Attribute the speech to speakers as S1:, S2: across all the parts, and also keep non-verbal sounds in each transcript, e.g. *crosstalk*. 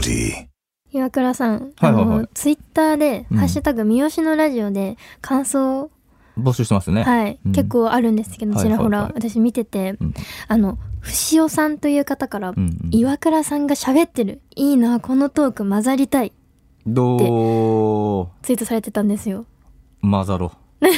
S1: tea.
S2: 岩倉さん、
S3: はいはいはい
S2: あの、ツイッターで、
S3: うん
S2: ハッシュタグ、三好のラジオで、感想、
S3: 募集してますね。
S2: はい、
S3: うん
S2: 結構あるんですけど、
S3: はい
S2: ちらほら、
S3: はいは
S2: 私見てて、
S3: うん
S2: あの、伏尾さんという方から、
S3: うんうん
S2: 岩倉さんが喋ってる、いいな、このトーク混ざりたい、
S3: どう、
S2: ツイートされてたんですよ。
S3: 混ざろ
S2: *laughs*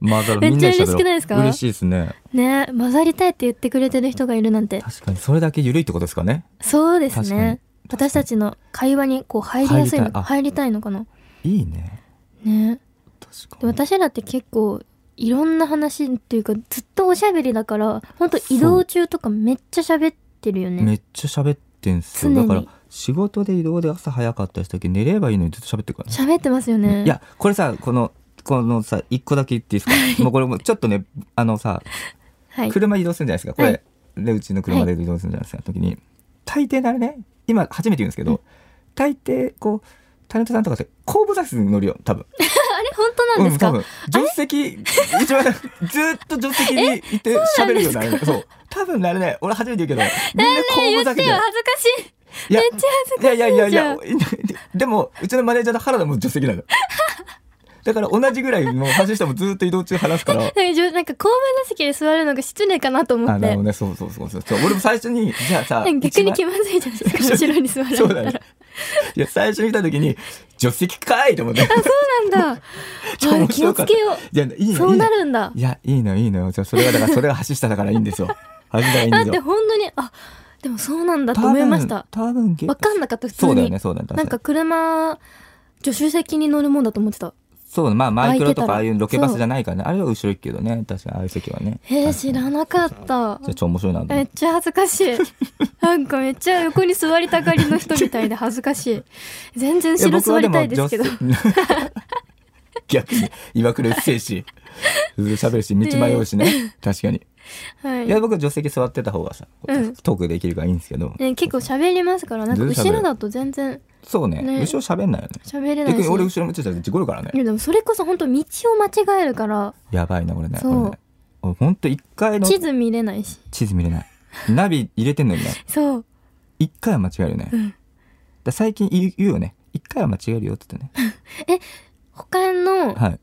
S3: う。混ざろう。
S2: め
S3: み
S2: っちゃ
S3: んなで喋ろう
S2: 嬉しくないですか
S3: 嬉しいですね。
S2: ね混ざりたいって言ってくれてる人がいるなんて、
S3: 確かに、それだけ緩いってことですかね。
S2: そうですね。
S3: 確かに
S2: 私たちの会話にこう入りやすい
S3: 入りたい
S2: の、
S3: あ
S2: 入りたいのかない
S3: いね。
S2: ね
S3: 確
S2: で
S3: かに。
S2: 私らって結構いろんな話っていうかずっとおしゃべりだから本当移動中とかめっちゃ喋ってるよ
S3: め
S2: ね
S3: っちゃ喋ってんす
S2: 常
S3: よ。だ
S2: に
S3: から、仕事で移動で朝早かったりした時、寝ればいいのにずっと喋ってるからね
S2: 喋ってますよね
S3: いや、これさ、この、このさ、一個だけ言っていいですかもうこれもちょっとね、あのさ、
S2: はい
S3: 車移動するんじゃないですか。こ
S2: は
S3: れ、
S2: い
S3: で、うちの車で移動するんじゃないですか。時に、大抵あれね、今初めて言うんですけど、大抵、こう、タレントさんとかって後部座席に乗るよ、多分。
S2: あれ本当なんですか、
S3: うん、多分助手席一番ずーっと助手席
S2: *laughs*
S3: にいて喋るようになるねそう多分なれない俺初めて言うけどみんな後部
S2: 言
S3: 座
S2: っ
S3: 席
S2: て
S3: で
S2: よ恥ずかしい
S3: いや
S2: めっちゃ恥
S3: い
S2: ず
S3: やいやいやい
S2: じゃ
S3: や
S2: ん
S3: でもうちのマネージャーの原田も助手席
S2: *laughs*
S3: なのだから同じぐらいの話してもずーっと移動中話
S2: *laughs*
S3: すから
S2: なんかじょなんか後部座席で座るのが失礼かなと思
S3: あ
S2: って
S3: なるほどね
S2: なんか
S3: そうそうそうそうそう俺も最初にじゃあさ
S2: *laughs* 逆に
S3: 一
S2: 気
S3: 番
S2: まずいじゃないですか後ろに座られた
S3: *laughs* そ
S2: ら
S3: うだねいや最初に来た時に助手席かいと
S2: *laughs*
S3: 思って
S2: そうな
S3: *laughs*
S2: んだ
S3: ちょっと
S2: あ
S3: 面
S2: 気
S3: 白
S2: を
S3: か
S2: つ
S3: っ
S2: けよ
S3: いやいいのいういの
S2: そうなるんだ
S3: いやいいのいいのよそれはだからそれが橋下だからいいんですよ橋下がいいん
S2: だ
S3: で
S2: っ
S3: す
S2: て
S3: よ
S2: 本当にあでもそうなんだと思いました
S3: 多分多分け
S2: わかんなかった普通に
S3: そうだよねそうだよね
S2: なんか車助手席に乗るもんだと思ってた
S3: そうだまあマイクロとかああ
S2: 空いてたら
S3: いうロケバスじゃないからねあれは後ろ行くけどね確かにああいう席はね
S2: えー、
S3: 確か
S2: 知
S3: に
S2: らなかった
S3: じゃあ超面白いなと思っ
S2: めってちゃ恥ずかし
S3: *laughs*
S2: いなんかめっちゃ横に座りたがりの人みたいで恥ずかしい全然後ろ座りたいですけど
S3: や僕はでも女性 *laughs* 逆に岩倉うっせえし喋るし道迷うしね確かに
S2: はい
S3: いや僕は助手席座ってた方がさ
S2: うん
S3: トークできるからいいんですけど
S2: ね、結構喋りますからなんか
S3: 全然喋
S2: 後
S3: る
S2: ろだと全然
S3: そうね
S2: ね
S3: 後ろ喋んないよね
S2: 喋れない
S3: 逆
S2: し
S3: に俺後ろ向いてたら事故るからね
S2: いやでもそれこそ本当道を間違えるから
S3: やばいなこれね
S2: そう
S3: これね俺ほんと一回の
S2: 地図見れないし
S3: 地図見れないナビ入れてんのに
S2: *laughs*
S3: ね
S2: そう
S3: 一回は間違えるよね、
S2: ん
S3: だ最近言う言うよね一回は間違えるよって言ってね
S2: 他の
S3: はい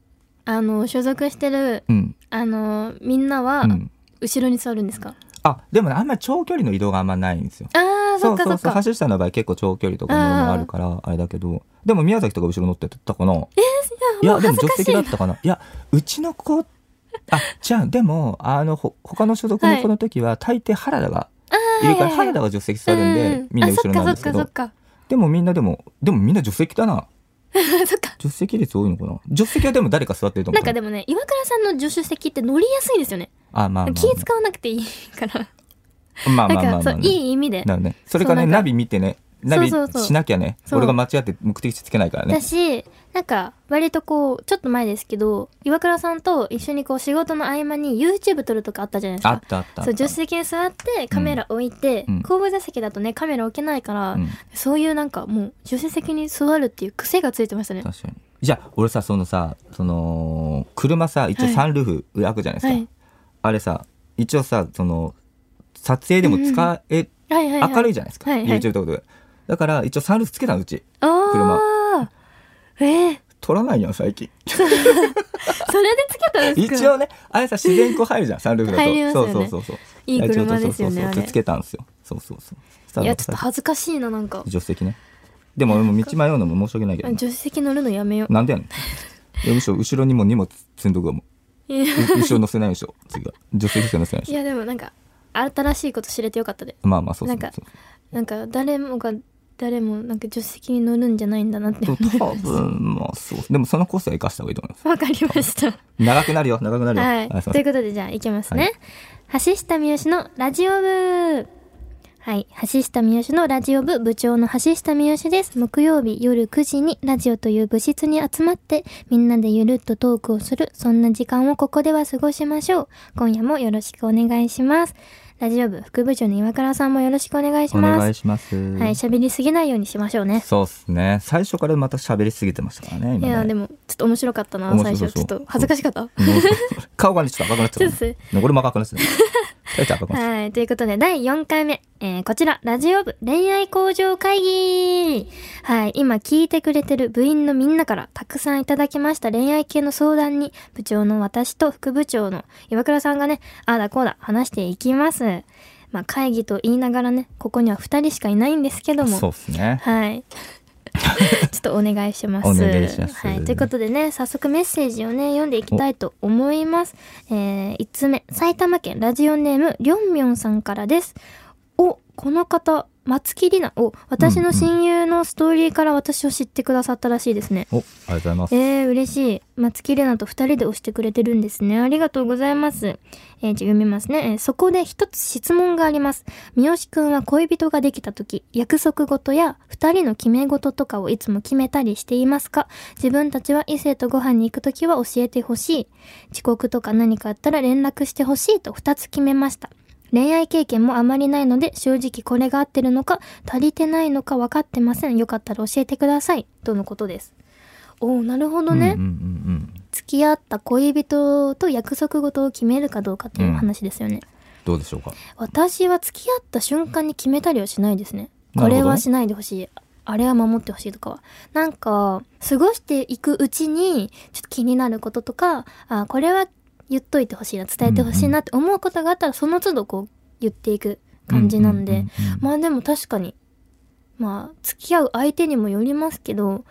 S2: あの所属してる
S3: うん
S2: あのみんなは
S3: うん
S2: 後ろに座るんですか、
S3: あでもねあんまり長距離の移動があんまないんですよ
S2: ああそっかそっ
S3: そう
S2: か
S3: 橋下の場合結構長距離とかものもあるからあれだけどでも宮崎とか後ろ乗ってたかなえいやでも助手席だったかないやうちの子あじゃあでもあのほ他の所属の子の時は大抵原田がいるから、
S2: はいはいはい
S3: 原田が助手席座るんで、
S2: うう
S3: みんな後ろなんですけ
S2: あそ
S3: ど
S2: っか
S3: でもみんなでもでもみんな助手席だな
S2: そっかそっかそっか
S3: 助手席率多いのかな助手席はでも誰か座ってると思
S2: *laughs* な
S3: うん
S2: かでもね岩倉さんの助手席って乗りやすいんですよね
S3: あまあまあ、まあ、
S2: 気使わなくていいから
S3: まあまあま
S2: な
S3: あ
S2: ん
S3: ま
S2: か
S3: あ、
S2: そう
S3: ね、
S2: いい意味で
S3: なるねそれからね
S2: そうな
S3: ナ
S2: んか
S3: ビ見てねナビ
S2: そうそうそう
S3: しなきゃね
S2: そう
S3: 俺が間違って目的地つけないからね
S2: だしなんか割とこうちょっと前ですけど岩倉さんと一緒にこう仕事の合間に YouTube 撮るとかあったじゃないです
S3: あっ
S2: か
S3: たあったあった
S2: そう助手席に座ってカメラ置いて、
S3: うん
S2: 後部座席だとねカメラ置けないから、
S3: うん
S2: そういうなんかもう助手席に座るっていう癖がついてましたね
S3: 確かにじゃあ俺さそのさその車さ一応
S2: はい
S3: サンルーフ開くじゃないですか、
S2: はい
S3: あれさ一応さその撮影でも使え、
S2: はいはいはい
S3: 明るいじゃないですか、
S2: はいはい
S3: YouTube とかでだから一応サンルーフつけたのうち
S2: あーえー、
S3: 撮らないやん最近
S2: それでつけたんですか
S3: 一応ねあれさ自然光入るじゃんサンルーフだと
S2: 入りますよね
S3: そうそうそうそう
S2: いい車
S3: 一応
S2: ですよね
S3: そうそうそう
S2: あれ
S3: つけたんですよそうそうそう
S2: いやちょっと恥ずかしいななんか
S3: 助手席ねでも俺も道迷うのも申し訳ないけどね
S2: 助手席乗るのやめよ
S3: なんでやねんいやむしろ後ろにも荷物積んどくわも
S2: ういう
S3: う後ろ乗せないでしょ次は助手席しか乗せないでし
S2: やでもなんか新しいこと知れてよかったで
S3: ょまあまあそうそ
S2: なん
S3: う
S2: か
S3: そう
S2: なんか誰もが誰もなんか助手席に乗るんじゃないんだなって
S3: で
S2: 思
S3: も
S2: い
S3: 多
S2: ま
S3: 分まあそうでもそのコースは生かした方がいいと思います
S2: す *laughs* わかりました
S3: 長くなるよ長くなるよ
S2: はい
S3: あすいま
S2: と
S3: せん
S2: いうことでじゃあいきますね、橋下三好のラジオ部はい橋下三好のラジオ部部長の橋下三好です木曜日夜9時にラジオという部室に集まってみんなでゆるっとトークをするそんな時間をここでは過ごしましょう今夜もよろしくお願いしますラジオ部副部長の岩倉さんもよろしくお願いし
S3: お
S2: ます
S3: 願いします
S2: はい喋りすぎないようにしましょうね
S3: そうっすね最初からまた喋りすぎてましたからね
S2: いや
S3: 今
S2: で
S3: ね
S2: もちょっと面白かったな
S3: 面
S2: 最
S3: 白そう
S2: 初ちょっと恥ずかしかった
S3: *laughs* もう顔がねちょっと赤くなっちゃ
S2: そう
S3: った俺も赤くなっちゃった食べちゃうかも
S2: はい。ということで、第4回目。えー、こちら、ラジオ部恋愛向上会議はい。今聞いてくれてる部員のみんなからたくさんいただきました恋愛系の相談に、部長の私と副部長の岩倉さんがね、ああだこうだ話していきます。まあ、会議と言いながらね、ここには2人しかいないんですけども。
S3: そうですね。 *laughs*
S2: はい。ちょっとお願いします。
S3: お願いします
S2: はい、ということでね、早速メッセージをね、読んでいきたいと思います。えー、5つ目、埼玉県ラジオネーム、りょんみょんさんからです。お、この方、松木里奈。お、私の親友のストーリーから私を知ってくださったらしいですね。
S3: お、ありがとうございます。
S2: えー、嬉しい。松木玲奈と二人で押してくれてるんですね。ありがとうございます。えー、じゃあ読みますね。えーそこで一つ質問があります。三好くんは恋人ができた時、約束事や二人の決め事とかをいつも決めたりしていますか自分たちは異性とご飯に行く時は教えてほしい。遅刻とか何かあったら連絡してほしいと二つ決めました。恋愛経験もあまりないので、正直これが合ってるのか、足りてないのか分かってません。よかったら教えてください。とのことです。おおなるほどね、
S3: うんうんうんうん。
S2: 付き合った恋人と約束事を決めるかどうかっていう話ですよね、
S3: どうでしょうか。
S2: 私は付き合った瞬間に決めたりはしないですね
S3: なる
S2: こ
S3: ほど
S2: れはしないでほしいあれは守ってほしいとかはなんか過ごしていくうちにちょっと気になることとかあこれは言っといてほしいな伝えてほしいなって思うことがあったらその都度こう言っていく感じなんで、
S3: うううんうん
S2: まあでも確かにまあ付き合う相手にもよりますけど、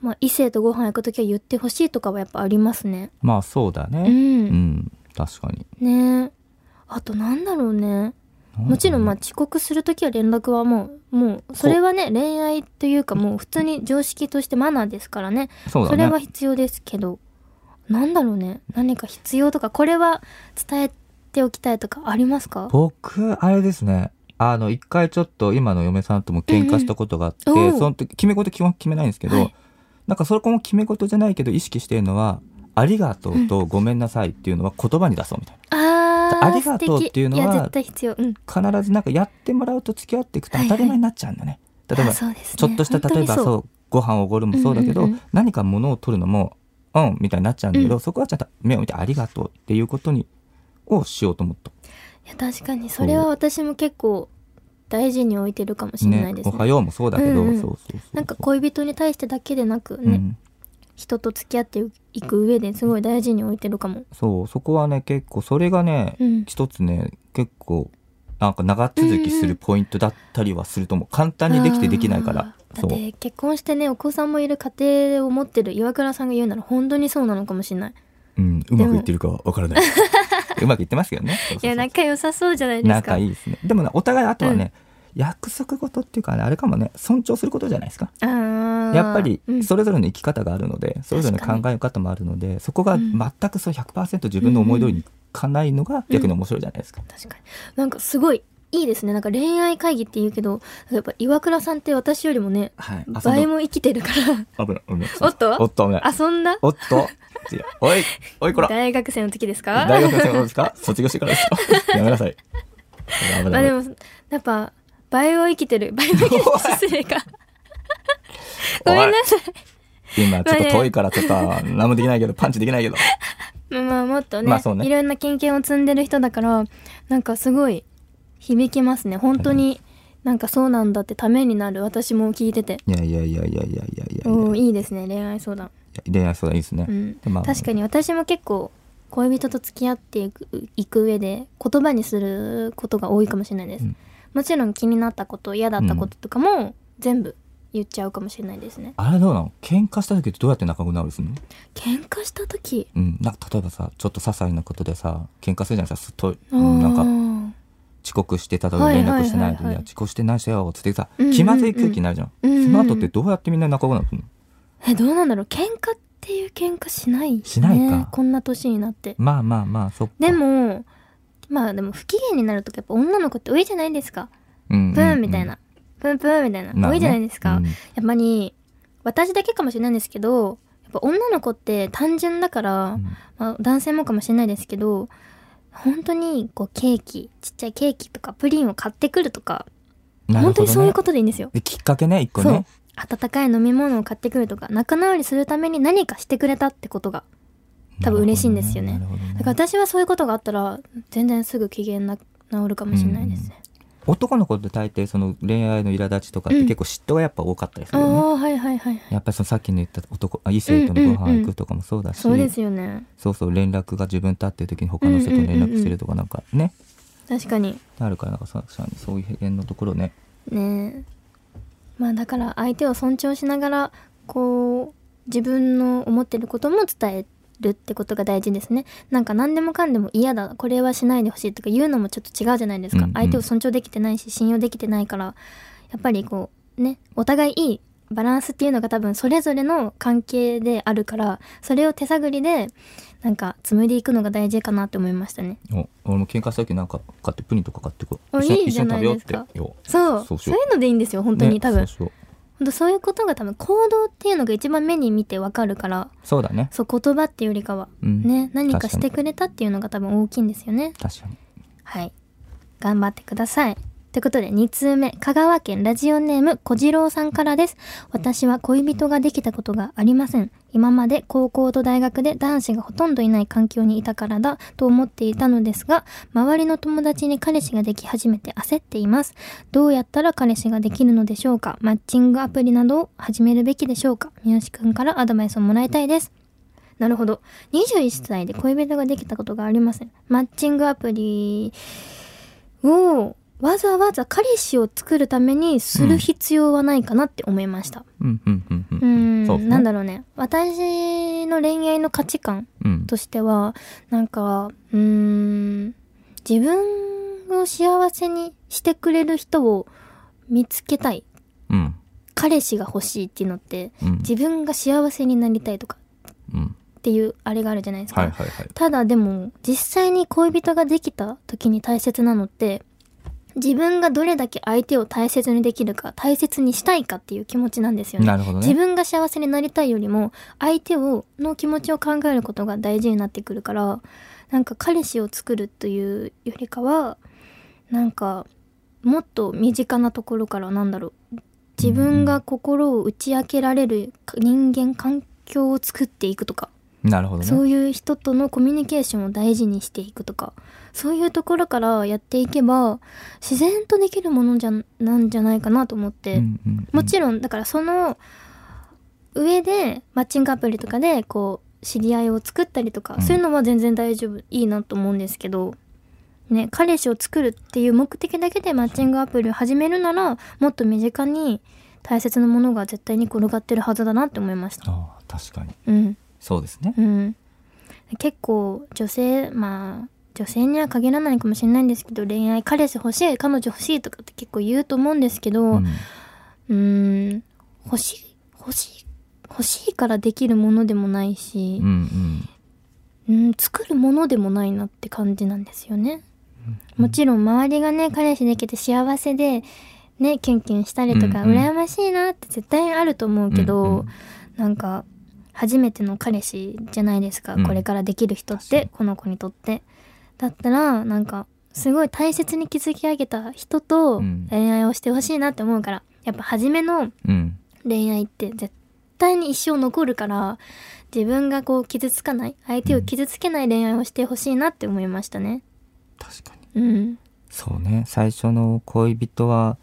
S2: まあ、異性とご飯行く時は言ってほしいとかはやっぱありますね。
S3: まあそうだ
S2: う、
S3: ね。うんん、確かに。
S2: ねえあとなんだろうねもちろんまあ遅刻する時は連絡はもうもうそれはね恋愛というかもう普通に常識としてマナーですからね
S3: あ、そうだ
S2: それは
S3: ね。
S2: 必要ですけどなんだろうね何か必要とかこれは伝えておきたいとかありますか
S3: 僕、あれですね。あの、一回ちょっと今の嫁さんとも喧嘩したことがあって、
S2: うんうんお
S3: そ
S2: う
S3: の時、決め事基本決めないんですけど、
S2: はい
S3: なんかそこも決め事じゃないけど意識してるのは、ありがとうとごめんなさいっていうのは言葉に出そうみたいな。
S2: あー
S3: ありがとうっていうのは
S2: 素敵いや絶対必要うん
S3: 必ずなんかやってもらうと付き合っていくと当たり前になっちゃうんだね。例えば
S2: あ、そうですね
S3: ちょっとした
S2: 本当
S3: 例え
S2: に
S3: ば
S2: そう
S3: そうご飯をおごるもそうだけど、
S2: うんうんうん
S3: 何か物を取るのもうんみたいになっちゃうんだけど、
S2: う
S3: そこはちゃんと目を見てありがとうっていうことにをしようと思った。
S2: いや確かにそれは私も結構大事に置いてるかもしれないです
S3: お
S2: ね
S3: はようもそうだけど、
S2: うんうん
S3: そうそうそうそう
S2: なんか恋人に対してだけでなく
S3: う
S2: ね、
S3: ん、
S2: 人と付き合っていく上ですごい大事に置いてるかも
S3: そうそこはね結構それがね、
S2: うん
S3: 一つね結構なんか長続きするポイントだったりはすると思う、簡単にできてできないから
S2: あー
S3: そ
S2: だっ
S3: う
S2: て結婚してねお子さんもいる家庭を持ってる岩倉さんが言うなら本当にそうなのかもしれない
S3: うん、うまくいってるかはわから
S2: *laughs*
S3: ないうまくいってますけどねそうそう
S2: い
S3: そう
S2: や仲良さそうじゃないですか
S3: 仲いいですねでもねお互いあとはね、約束事っていうかねあれかもね尊重することじゃないですか
S2: あー
S3: やっぱり
S2: うん
S3: それぞれの生き方があるので、それぞれの
S2: 確
S3: 考え方もあるのでそこが
S2: うん
S3: 全くそう100%自分の思い通りにいかないのが逆に面白いじゃないですか、
S2: 確かになんかすごいいいですねなんか恋愛会議って言うけどやっぱ岩倉さんって私よりもね
S3: はいあそんな
S2: 倍も生きてるから
S3: 危ない危ない
S2: おっと
S3: おっと危ない
S2: 遊んだ
S3: おっといやおいおいこら
S2: 大学生の時ですか
S3: 大学生のですか卒業してからです
S2: *laughs*
S3: かやめなさい危ない危
S2: まあで
S3: ない
S2: もやっぱ倍を生きてる倍を生きてる失礼かごめんなさい
S3: 今ちょっと遠いからちょっと何もできないけどパンチできないけど
S2: まあまあもっとね,、
S3: まあそうね
S2: いろんな経験を積んでる人だからなんかすごい響きますね本当になんかそうなんだってためになる私も聞いてて
S3: いやいやいやいやいやいやいやいや
S2: おーいいですね恋愛相談、
S3: 恋愛相談いいですね、
S2: うん
S3: でまあ
S2: 確かに私も結構恋人と付き合っていくいく上で言葉にすることが多いかもしれないです、
S3: うん
S2: もちろん気になったこと嫌だったこととかも全部言っちゃうかもしれないですね、
S3: あれどうなの喧嘩した時ってどうやって仲直りするの
S2: 喧嘩した時
S3: うん、なんか例えばさちょっと些細なことでさ喧嘩するじゃないですかすと、
S2: あ
S3: う
S2: ー
S3: ん、なんか遅刻してたとか
S2: はい
S3: 連絡してない
S2: はい
S3: と「
S2: はいいはい
S3: や遅刻してないしよ」つってさ
S2: うんうんうん
S3: 気まずい空気になるじゃん、
S2: うんうん
S3: その後ってどうやってみんな仲良くなるの
S2: えどうなんだろう喧嘩っていう喧嘩しない、ね、
S3: しないか
S2: こんな年になって
S3: まあまあまあそっか
S2: で、もまあでも不機嫌になるときやっぱ女の子って多いじゃないですか
S3: うんうんうん
S2: プーンみたいな、、プンプンみたいな、
S3: まあね
S2: 多いじゃないですか、
S3: うん
S2: やっぱり私だけかもしれないんですけどやっぱ女の子って単純だから、
S3: うん
S2: まあ、男性もかもしれないですけど本当にこうケーキちっちゃいケーキとかプリンを買ってくるとか、
S3: なるほどね
S2: 本当にそういうことでいいんですよ
S3: できっかけね一個
S2: そう
S3: ね
S2: 温かい飲み物を買ってくるとか仲直りするために何かしてくれたってことが多分嬉しいんですよね
S3: なるほどね
S2: だから私はそういうことがあったら全然すぐ機嫌な治るかもしれないですね。
S3: 男の子って大抵その恋愛の苛立ちとかって結構嫉妬がやっぱ多かったりす
S2: あ
S3: るよね、
S2: あはいはいはいはい。
S3: やっぱりそのさっきの言った男あ異性とのご飯行くとかもそうだし、
S2: そうですよね。
S3: そうそう連絡が自分と会ってる時に他の人と連絡してるとかなんかね、
S2: 確かに。
S3: あるからなんかささそういう辺のところね
S2: ねえまあだから相手を尊重しながらこう自分の思ってることも伝えるってことが大事ですねなんか何でもかんでも嫌だこれはしないでほしいとか言うのもちょっと違うじゃないですか、
S3: うんうん
S2: 相手を尊重できてないし信用できてないからやっぱりこうねお互いいいバランスっていうのが多分それぞれの関係であるからそれを手探りでなんか紡いでいくのが大事かなって思いましたね
S3: お俺も喧嘩した時なんか買ってプリンとか買ってこ
S2: お
S3: 一緒に
S2: いいじゃない
S3: 一緒に
S2: ですか
S3: 食べようってよ
S2: そう
S3: そ
S2: そうう
S3: しよう
S2: いうのでいいんですよ本当に、
S3: ね
S2: 多分
S3: そうそう
S2: 本当そういうことが多分行動っていうのが一番目に見てわかるから
S3: そうだね
S2: そう言葉っていうよりかは、
S3: うん
S2: ね何か
S3: 確か
S2: し
S3: に
S2: てくれたっていうのが多分大きいんですよね
S3: 確かに
S2: はい頑張ってくださいということで2通目香川県ラジオネーム小次郎さんからです私は恋人ができたことがありません今まで高校と大学で男子がほとんどいない環境にいたからだと思っていたのですが周りの友達に彼氏ができ始めて焦っていますどうやったら彼氏ができるのでしょうかマッチングアプリなどを始めるべきでしょうか三好くんからアドバイスをもらいたいですなるほど21歳で恋人ができたことがありませんマッチングアプリをわざわざ彼氏を作るためにする必要はないかなって思いました。
S3: うんうんうんう
S2: うんん、
S3: そうですね
S2: なんだろうね。私の恋愛の価値観
S3: うん
S2: としては、なんか、うーん、自分を幸せにしてくれる人を見つけたい。
S3: うん
S2: 彼氏が欲しいっていうのって、
S3: うん
S2: 自分が幸せになりたいとか
S3: うん
S2: っていうあれがあるじゃないですか。
S3: はいはいはい
S2: ただでも実際に恋人ができた時に大切なのって自分がどれだけ相手を大切にできるか大切にしたいかっていう気持ちなんですよね
S3: なるほどね
S2: 自分が幸せになりたいよりも相手をの気持ちを考えることが大事になってくるからなんか彼氏を作るというよりかはなんかもっと身近なところからなんだろう自分が心を打ち明けられる人間環境を作っていくとか
S3: なるほどね
S2: そういう人とのコミュニケーションを大事にしていくとかそういうところからやっていけば自然とできるものじゃなんじゃないかなと思って、
S3: うんうんうん
S2: もちろんだからその上でマッチングアプリとかでこう知り合いを作ったりとか、
S3: うん
S2: そういうのは全然大丈夫いいなと思うんですけど。ね、彼氏を作るっていう目的だけでマッチングアプリを始めるならもっと身近に大切なものが絶対に転がってるはずだなって思いました。
S3: ああ確かに
S2: うん
S3: そうですね
S2: うん、結構女性まあ女性には限らないかもしれないんですけど恋愛彼氏欲しい彼女欲しいとかって結構言うと思うんですけど
S3: う
S2: うんーん欲しい欲しい欲しいからできるものでもないし
S3: うんう、ん
S2: うん、作るものでもないなって感じなんですよね。もちろん周りがね彼氏できて幸せでねキュンキュンしたりとか、
S3: うんうん
S2: 羨ましいなって絶対あると思うけど、
S3: うんうん
S2: なんか初めての彼氏じゃないですか、
S3: うん
S2: これからできる人っ
S3: 確かに
S2: てこの子にとって。だったらなんかすごい大切に築き上げた人と
S3: うん
S2: 恋愛をしてほしいなって思うから、やっぱ初めの
S3: うん
S2: 恋愛って絶対に一生残るから自分がこう傷つかない相手を傷つけない恋愛をしてほしいなって思いましたね。
S3: 確かに
S2: うん、
S3: そうね最初の恋人は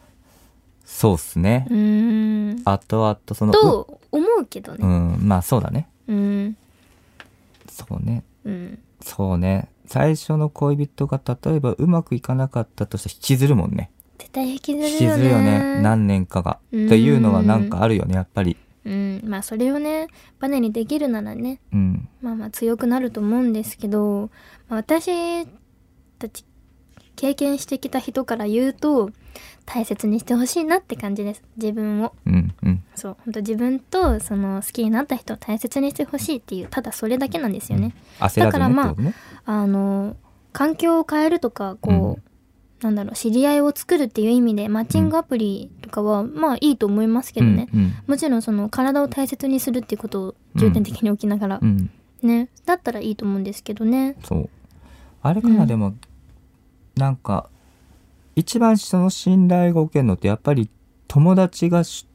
S3: そうっすね
S2: うーん
S3: あとあとその
S2: と思うけど
S3: う
S2: ね。
S3: んまあそうだね
S2: うん
S3: そうね
S2: うん、
S3: そうね最初の恋人が例えばうまくいかなかったとして引きずるもんね
S2: 絶対引きず
S3: 引
S2: る
S3: き
S2: よ
S3: ずる
S2: ね。
S3: よね何年かがって
S2: うん
S3: いうのはなんかあるよねやっぱり
S2: うん、まあそれをねバネにできるならね
S3: うん
S2: まあまあ強くなると思うんですけど、まあ、私たち経験してきた人から言うと大切にしてほしいなって感じです自分を。
S3: うんうん
S2: そう本当自分とその好きになった人を大切にしてほしいっていうただそれだけなんですよね。
S3: 焦らず
S2: だから
S3: ねっ
S2: ま
S3: て
S2: あ
S3: ことね
S2: あの環境を変えるとか
S3: う
S2: こう、
S3: ん
S2: なんだろう知り合いを作るっていう意味でマッチングアプリとかは、まあいいと思いますけどね、
S3: うん
S2: もちろんその体を大切にするっていうことを重点的に置きながら、
S3: うんうん
S2: ねだったらいいと思うんですけどね。
S3: そうあれかな、
S2: うん
S3: でもなんか一番その信頼が受けるのってやっぱり友達がし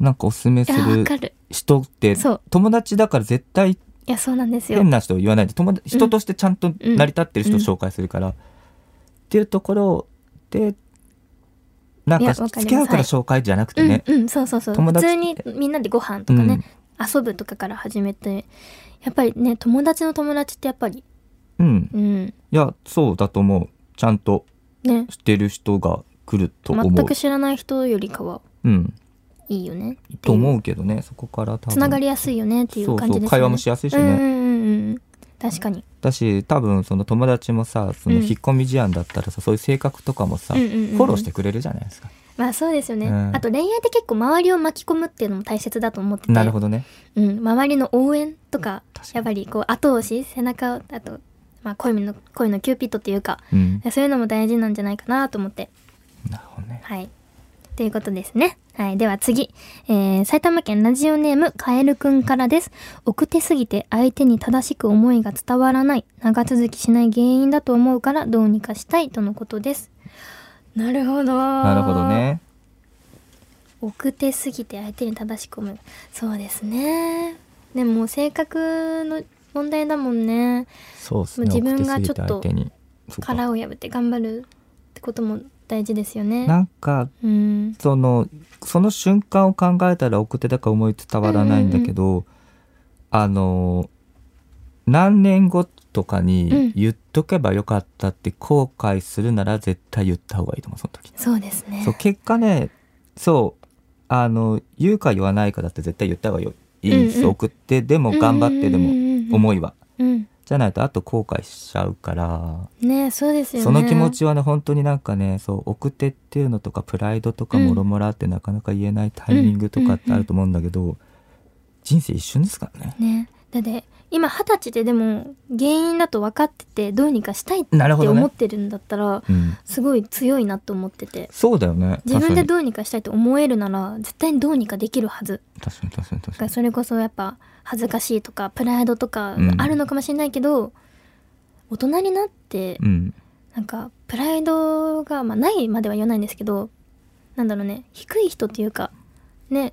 S3: なんかおすすめ
S2: い
S3: す
S2: やわ
S3: る
S2: かる
S3: 人って
S2: そう
S3: 友達だから絶対
S2: いやそうなんですよ
S3: 変。な人を言わないで友達人としてちゃんと成り立ってる人を紹介するから、っっていうところでなん
S2: いや
S3: か
S2: わかります
S3: 付き合うから紹介じゃなくてね、
S2: うんうんそうそうそう
S3: 友
S2: 普
S3: 達
S2: 通にみんなでご飯とかね、遊ぶとかから始めてやっぱりね友達の友達ってやっぱり
S3: うん、
S2: うん
S3: いやそうだと思うちゃんと
S2: ね
S3: してる人が来ると思う
S2: 全く知らない人よりかは
S3: うん、
S2: いいよねっていう
S3: と思うけどねそこから多分
S2: つながりやすいよねっていう感
S3: そうそ
S2: じですよね
S3: う会話もしやすいしね、
S2: うんうんうんうん確かに
S3: だし多分その友達もさその
S2: うん
S3: 引っ込み思案だったらさ、そういう性格とかもさ、
S2: うんうんうん
S3: フォローしてくれるじゃないですか
S2: まあそうですよね、
S3: うん
S2: あと恋愛って結構周りを巻き込むっていうのも大切だと思ってて
S3: なるほどね
S2: うん、周りの応援とか
S3: 確かに
S2: やっぱりこう後押し背中をあと、まあ、恋の恋のキューピッドっていうか
S3: うん
S2: そういうのも大事なんじゃないかなと思って
S3: なるほどね
S2: はい。ということですね。はい。では次。えー、埼玉県ラジオネーム、カエルくんからです。奥手すぎて相手に正しく思いが伝わらない、長続きしない原因だと思うからどうにかしたいとのことです。なるほど。
S3: な
S2: な
S3: るほど。ね
S2: 奥手すぎて相手に正しく思いそうですね。でも性格の問題だもんね。
S3: そうっすね
S2: もう自分がちょっと
S3: 奥手すぎて相手にそうか
S2: 殻を破って頑張るってことも大事ですよね。
S3: なんか
S2: うん。
S3: そのその瞬間を考えたら奥手だから思い伝わらないんだけど、あの何年後とか
S2: うん
S3: に言っとけばよかったって後悔するなら絶対言った方がいいと思うその時
S2: そうですね。
S3: そう結果ねそうあの言うか言わないかだって絶対言った方がよいいんです、
S2: うんうん
S3: 送ってでも頑張ってで
S2: うんう
S3: も
S2: んうんうん
S3: 思いは、
S2: うん。
S3: じゃないとあと後悔しちゃうから、
S2: ねそうですよね。
S3: その気持ちはね本当になんかねそう送ってっていうのとかプライドとか
S2: うん
S3: もろもろあってなかなか言えないタイミングとかってあると思うんだけど、人生一瞬ですからね。
S2: ねだって今二十歳ででも原因だと分かっててどうにかしたいって
S3: なるほどね
S2: 思ってるんだったら、
S3: うん、
S2: すごい強いなと思ってて
S3: そうだよね
S2: 自分で
S3: 確か
S2: どうにかしたいと思えるなら絶対にどうにかできるはず
S3: に確かに確かに確
S2: だ
S3: か
S2: から
S3: に
S2: それこそやっぱ恥ずかしいとかプライドとか
S3: うん
S2: あるのかもしれないけど、大人になって
S3: うん
S2: なんかプライドが、まあ、ないまでは言わないんですけどなんだろうね低い人というかね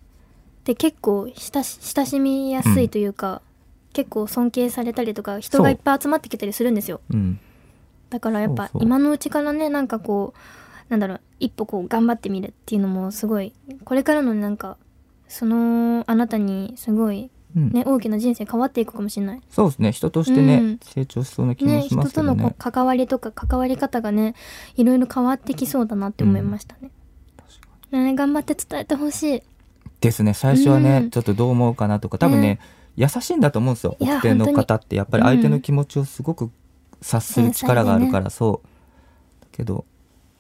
S2: で結構親し親しみやすいというか、結構尊敬されたりとか人
S3: そ
S2: が
S3: う
S2: いっぱい集まってきたりするんですよ
S3: うん
S2: だからやっぱ
S3: そうそう
S2: 今のうちからねなんかこうなんだろう一歩こう頑張ってみるっていうのもすごいこれからのなんかそのあなたにすごい、
S3: うん
S2: ね、大きな人生変わっていくかもしれない。
S3: そうですね人としてね、
S2: うん
S3: 成長しそうな気も
S2: ね
S3: します
S2: 人
S3: け
S2: と
S3: どね
S2: のこう関わりとか関わり方がねいろいろ変わってきそうだなって思いましたね。ね頑張って伝えてほしい。
S3: ですね最初はね、
S2: うん
S3: ちょっとどう思うかなとか多分ね優しいんだと思うんですよ
S2: いや
S3: 奥手の
S2: 本当
S3: 方ってやっぱり相手の気持ちをすごく察する力があるから、そうだけど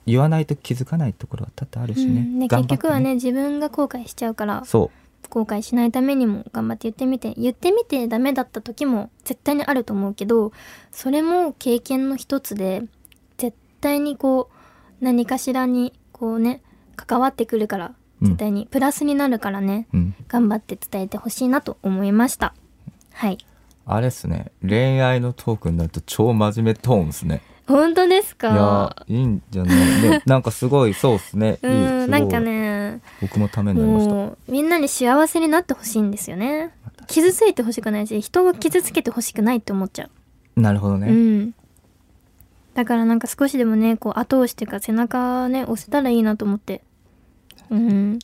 S3: 言わないと気づかないところは多々あるしね,、
S2: うんね
S3: 頑張
S2: 結
S3: って
S2: 局はね自分が後悔しちゃうから
S3: そ
S2: 後悔しないためにも頑張って言ってみて言ってみてダメだった時も絶対にあると思うけどそれも経験の一つで絶対にこう何かしらにこうね関わってくるから
S3: うん
S2: 絶対にプラスになるからね、
S3: う、うん、
S2: 頑張って伝えてほしいなと思いました。はい
S3: あれですね恋愛のトークになると超真面目トーンですね
S2: 本当です
S3: いや
S2: か
S3: いいんじゃない
S2: *laughs*
S3: ねなんかすごいそうですねいい
S2: うん
S3: すご
S2: ないんかね
S3: 僕もためになりました
S2: もうみんなに幸せになってほしいんですよね傷ついてほしくないし人を傷つけてほしくないって思っちゃ
S3: なるほど
S2: う、
S3: ね、
S2: うんだからなんか少しでもねこう後押しというか背中ね押せたらいいなと思ってうん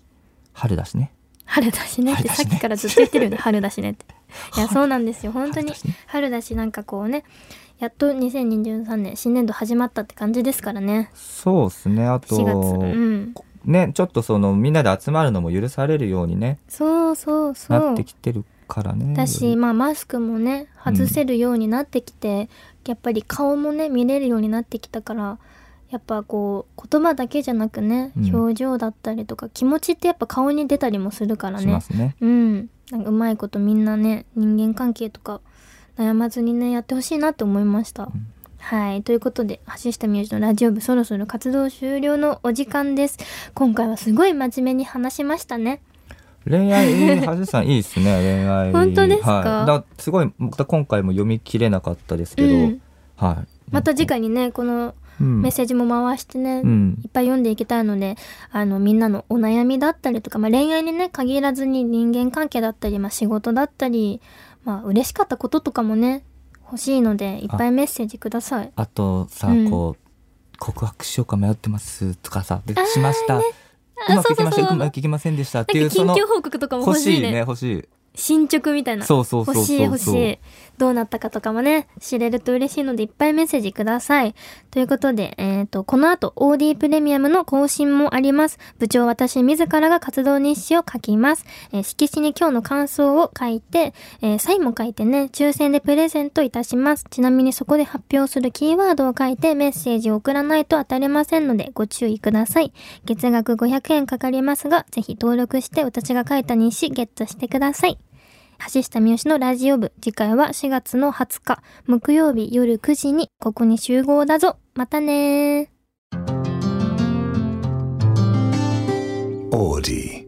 S3: 春だしね
S2: 春だしねって
S3: 春だし
S2: さ
S3: ね
S2: っきからずっと言ってるよね
S3: *laughs*
S2: 春だしねっていやそうなんですよ本当
S3: 春
S2: に
S3: だしね
S2: 春だしなんかこうねやっと2023年新年度始まったって感じですからね
S3: *laughs* そうですねあと
S2: 4月うん
S3: ね、ちょっとそのみんなで集まるのも許されるようにね
S2: そうそうそう
S3: なってきてるからね。
S2: だし、まあ、マスクもね外せるようになってきて、やっぱり顔もね見れるようになってきたからやっぱこう言葉だけじゃなくね、
S3: うん
S2: 表情だったりとか気持ちってやっぱ顔に出たりもするから
S3: しま
S2: ね
S3: すね。
S2: うんなんかうまいことみんなね人間関係とか悩まずにねやってほしいなって思いました。
S3: ん
S2: はい。ということで、橋下美由紀のラジオ部そろそろ活動終了のお時間です。今回はすごい真面目に話しましたね。
S3: 恋愛、 *laughs* はじさんいいですね、恋愛。
S2: 本当ですか
S3: はい、だすごい、また今回も読み切れなかったですけど、
S2: うん
S3: はい。
S2: また次回にね、この
S3: うん、
S2: メッセージも回してね、
S3: うん
S2: いっぱい読んでいけたいのであのみんなのお悩みだったりとか、まあ、恋愛にね限らずに人間関係だったり、まあ、仕事だったり、まあ嬉しかったこととかもね欲しいのでいっぱいメッセージください。
S3: あとさ、
S2: うん
S3: こう、告白しようか迷ってますとかさでしました、
S2: あ
S3: うまくいきました
S2: そうそうそう
S3: うまくいきませんでしたってい
S2: 緊
S3: うその
S2: 急報告とかも欲
S3: 欲
S2: し
S3: し
S2: い
S3: い
S2: ね
S3: ね欲しい
S2: 進捗みたいな
S3: そうそうそうそう
S2: 欲しい欲しいどうなったかとかもね知れると嬉しいのでいっぱいメッセージくださいということで、えー、とこの後 OD プレミアムの更新もあります部長私自らが活動日誌を書きます、えー色紙に今日の感想を書いて、えーサインも書いてね抽選でプレゼントいたしますちなみにそこで発表するキーワードを書いてメッセージを送らないと当たれませんのでご注意ください月額500円かかりますがぜひ登録して私が書いた日誌ゲットしてください橋下三好のラジオ部次回は4月の20日木曜日夜9時にここに集合だぞまたねー
S1: Audi.